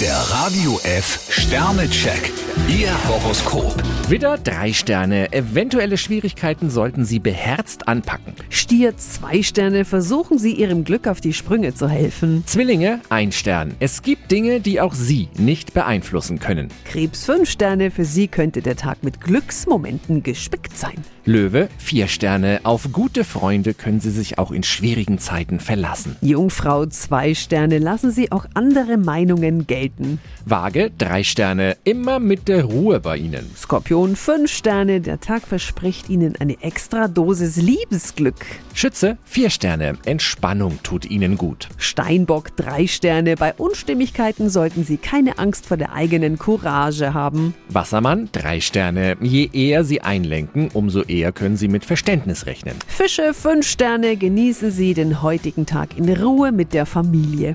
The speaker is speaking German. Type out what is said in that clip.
Der Radio F Sternecheck. Ihr Horoskop. Widder, drei Sterne. Eventuelle Schwierigkeiten sollten Sie beherzt anpacken. Stier zwei Sterne, versuchen Sie Ihrem Glück auf die Sprünge zu helfen. Zwillinge, ein Stern. Es gibt Dinge, die auch Sie nicht beeinflussen können. Krebs fünf Sterne, für Sie könnte der Tag mit Glücksmomenten gespickt sein. Löwe, vier Sterne. Auf gute Freunde können Sie sich auch in schwierigen Zeiten verlassen. Jungfrau zwei Sterne, lassen Sie auch andere Meinungen gelten. Waage, drei Sterne. Immer mit der Ruhe bei Ihnen. Skorpion fünf Sterne, der Tag verspricht Ihnen eine extra Dosis Liebesglück. Schütze, vier Sterne. Entspannung tut Ihnen gut. Steinbock drei Sterne, bei Unstimmigkeiten sollten Sie keine Angst vor der eigenen Courage haben. Wassermann, drei Sterne. Je eher Sie einlenken, umso eher können Sie mit Verständnis rechnen. Fische fünf Sterne, genießen Sie den heutigen Tag in Ruhe mit der Familie.